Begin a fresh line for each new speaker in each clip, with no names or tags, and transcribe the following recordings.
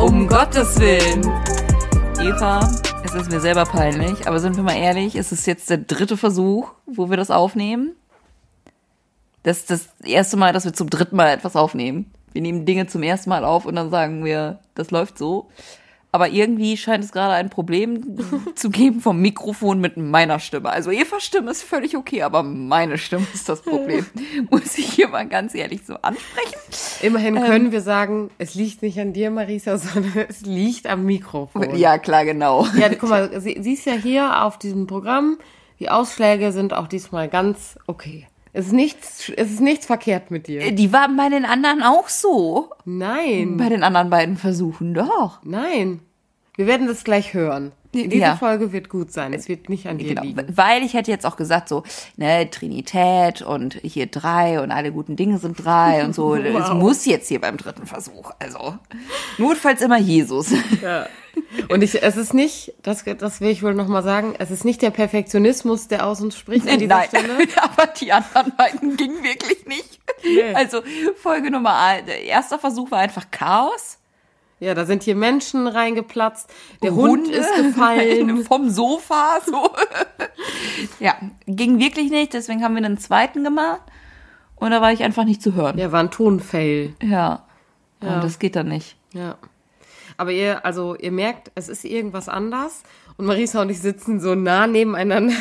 Um Gottes Willen. Eva, es ist mir selber peinlich, aber sind wir mal ehrlich, es ist jetzt der dritte Versuch, wo wir das aufnehmen. Das ist das erste Mal, dass wir zum dritten Mal etwas aufnehmen. Wir nehmen Dinge zum ersten Mal auf und dann sagen wir, das läuft so. Aber irgendwie scheint es gerade ein Problem zu geben vom Mikrofon mit meiner Stimme. Also Evas Stimme ist völlig okay, aber meine Stimme ist das Problem. Muss ich hier mal ganz ehrlich so ansprechen.
Immerhin
Ähm,
können wir sagen, es liegt nicht an dir, Marisa, sondern es liegt am Mikrofon.
Ja, klar, genau.
Ja, guck mal, sie, siehst ja hier auf diesem Programm, die Ausschläge sind auch diesmal ganz okay. Es ist nichts, es ist nichts verkehrt mit dir.
Die waren bei den anderen auch so.
Nein,
Bei den anderen beiden Versuchen doch.
nein. Wir werden das gleich hören. Diese
Ja.
Folge wird gut sein. Es wird nicht an dir
Genau.
liegen.
Weil ich hätte jetzt auch gesagt, so, ne, Trinität und hier drei und alle guten Dinge sind drei und so. Es
Wow.
muss jetzt hier beim dritten Versuch. Also, notfalls immer Jesus.
Und ich, es ist nicht, das, das will ich wohl nochmal sagen, es ist nicht der Perfektionismus, der aus uns spricht an dieser
Nein,
Stelle.
aber die anderen beiden gingen wirklich nicht.
Nee.
Also, Folge Nummer eins, der erster Versuch war einfach Chaos.
Ja, da sind hier Menschen reingeplatzt. Der Hund
Hunde
ist gefallen.
Vom Sofa, so. ja, ging wirklich nicht, deswegen haben wir einen zweiten gemacht. Und da war ich einfach nicht zu hören. Ja.
Ja, war ein Tonfail.
ja.
Ja.
Und das geht dann nicht.
Ja. Aber ihr, also ihr merkt, es ist irgendwas anders. Und Marisa und ich sitzen so nah nebeneinander.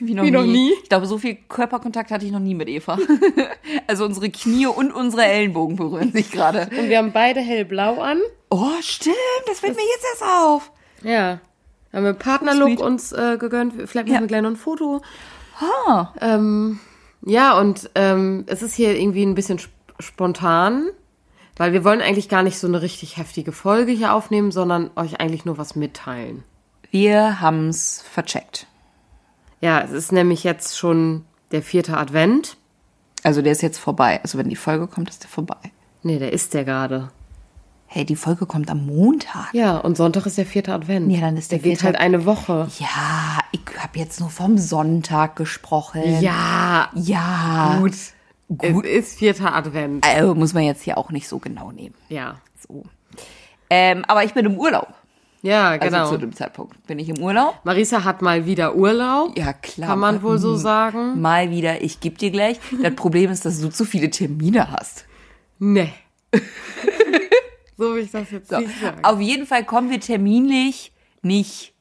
Wie noch,
Wie noch
nie.
nie?
Ich glaube, so viel Körperkontakt hatte ich noch nie mit Eva. also unsere Knie und unsere Ellenbogen berühren sich gerade.
Und wir haben beide hellblau an.
Oh, stimmt, das fällt mir jetzt erst auf.
Ja. Haben wir Partnerlook
Sweet.
uns äh, gegönnt. Vielleicht machen
Ja.
wir gleich noch ein Foto. Ähm, ja, und ähm, es ist hier irgendwie ein bisschen sp spontan, weil wir wollen eigentlich gar nicht so eine richtig heftige Folge hier aufnehmen, sondern euch eigentlich nur was mitteilen.
Wir haben's vercheckt.
Ja, es ist nämlich jetzt schon der vierte Advent.
Also der ist jetzt vorbei. Also wenn die Folge kommt, ist der vorbei.
Nee, der ist der gerade.
Hey, die Folge kommt am Montag.
Ja, und Sonntag ist der vierte Advent.
Ja, dann ist der
der geht
vierte-
halt eine Woche.
Ja, ich habe jetzt nur vom Sonntag gesprochen.
Ja,
Ja.
gut.
Gut.
Es ist vierter Advent.
Äh, muss man jetzt hier auch nicht so genau nehmen.
Ja.
So. Ähm, aber ich bin im Urlaub.
Ja,
Also
genau.
zu dem Zeitpunkt bin ich im Urlaub.
Marisa hat mal wieder Urlaub.
Ja, klar.
Kann man wohl so
Mhm.
sagen?
Mal wieder, ich geb dir gleich. Das Problem ist, dass du zu viele Termine hast.
Nee. so will ich das jetzt
So.
nicht sagen.
Auf jeden Fall kommen wir terminlich nicht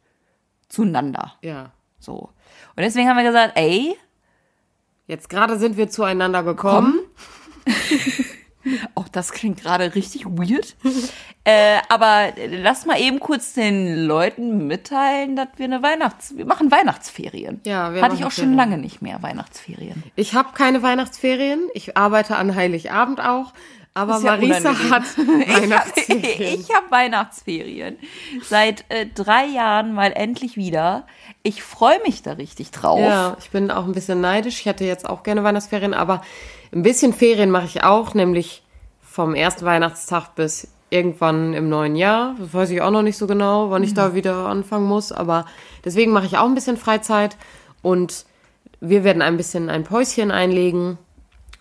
zueinander.
Ja.
So. Und deswegen haben wir gesagt, ey,
Jetzt gerade sind wir zueinander gekommen.
auch Oh, das klingt gerade richtig weird. äh, aber lass mal eben kurz den Leuten mitteilen, dass wir eine Weihnachts... Wir machen Weihnachtsferien.
Ja, wir
Hatte
machen
ich auch schon
Ferien.
lange nicht mehr Weihnachtsferien.
Ich habe keine Weihnachtsferien. Ich arbeite an Heiligabend auch. Aber
Ist ja
Marisa
unangenehm.
hat Weihnachtsferien.
ich habe Weihnachtsferien. Seit äh, drei Jahren mal endlich wieder. Ich freue mich da richtig drauf.
Ja, ich bin auch ein bisschen neidisch. Ich hätte jetzt auch gerne Weihnachtsferien, aber ein bisschen Ferien mache ich auch, nämlich vom ersten Weihnachtstag bis irgendwann im neuen Jahr. Das weiß ich auch noch nicht so genau, wann ich da wieder anfangen muss, aber deswegen mache ich auch ein bisschen Freizeit und wir werden ein bisschen ein Päuschen einlegen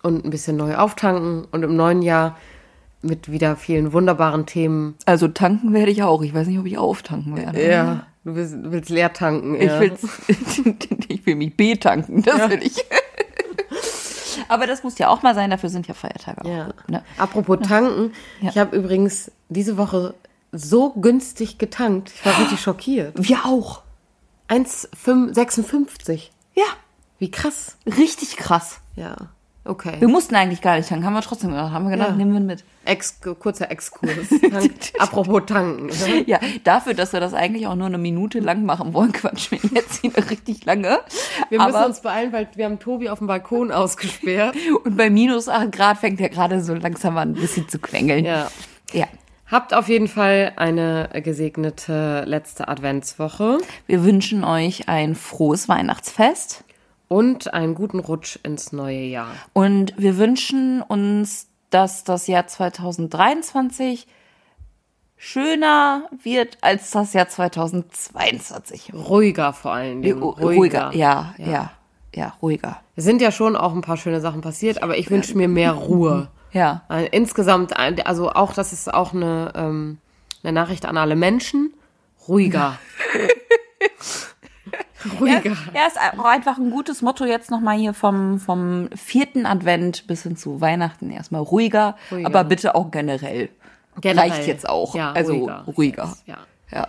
und ein bisschen neu auftanken und im neuen Jahr mit wieder vielen wunderbaren Themen.
Also tanken werde ich auch. Ich weiß nicht, ob ich auftanken werde.
Ja, du willst, du willst leer tanken.
Ich,
ja.
will's, ich will mich betanken, das will ich. Aber das muss ja auch mal sein, dafür sind ja Feiertage
Ja.
auch. Ne?
Apropos tanken,
Ja.
ich habe übrigens diese Woche so günstig getankt. Ich war richtig schockiert.
Wir auch.
1,56.
Ja,
Wie krass.
richtig krass.
Ja. Okay.
Wir mussten eigentlich gar nicht tanken, haben wir trotzdem gemacht. Haben wir gedacht,
Ja.
nehmen wir mit.
Ex kurzer Exkurs. Tank Apropos tanken. oder?
Ja, dafür, dass wir das eigentlich auch nur eine Minute lang machen wollen, quatschen wir jetzt hier richtig lange.
Wir müssen
Aber,
uns beeilen, weil wir haben Tobi auf dem Balkon ausgesperrt.
und bei minus 8 Grad fängt er gerade so langsam an, ein bisschen zu quengeln.
Ja.
ja.
Habt auf jeden Fall eine gesegnete letzte Adventswoche
Wir wünschen euch ein frohes Weihnachtsfest.
und einen guten Rutsch ins neue Jahr.
Und wir wünschen uns, dass das Jahr 2023 schöner wird als das Jahr 2022.
Ruhiger vor allen Dingen.
Ja, ja, ja, ruhiger.
Es sind ja schon auch ein paar schöne Sachen passiert, aber ich wünsche mir mehr Ruhe.
Ja.
Äh, Insgesamt, ein- also auch, das ist auch eine, ähm, eine Nachricht an alle Menschen. Ruhiger. Ruhiger.
Ja, ist auch einfach ein gutes Motto jetzt nochmal hier vom, vom vierten Advent bis hin zu Weihnachten. Erstmal ruhiger,
Ruhiger.
aber bitte auch generell.
Generell.
Reicht jetzt auch.
Ja,
also
ruhiger.
ruhiger.
Ja.
Ja.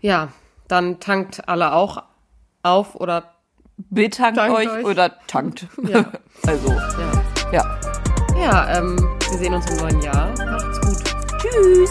ja, dann tankt alle auch auf oder
Betankt
Tankt
euch,
euch.
oder tankt.
Ja.
also,
ja.
ja.
Ja, ähm, wir sehen uns im neuen Jahr. Macht's gut.
Tschüss.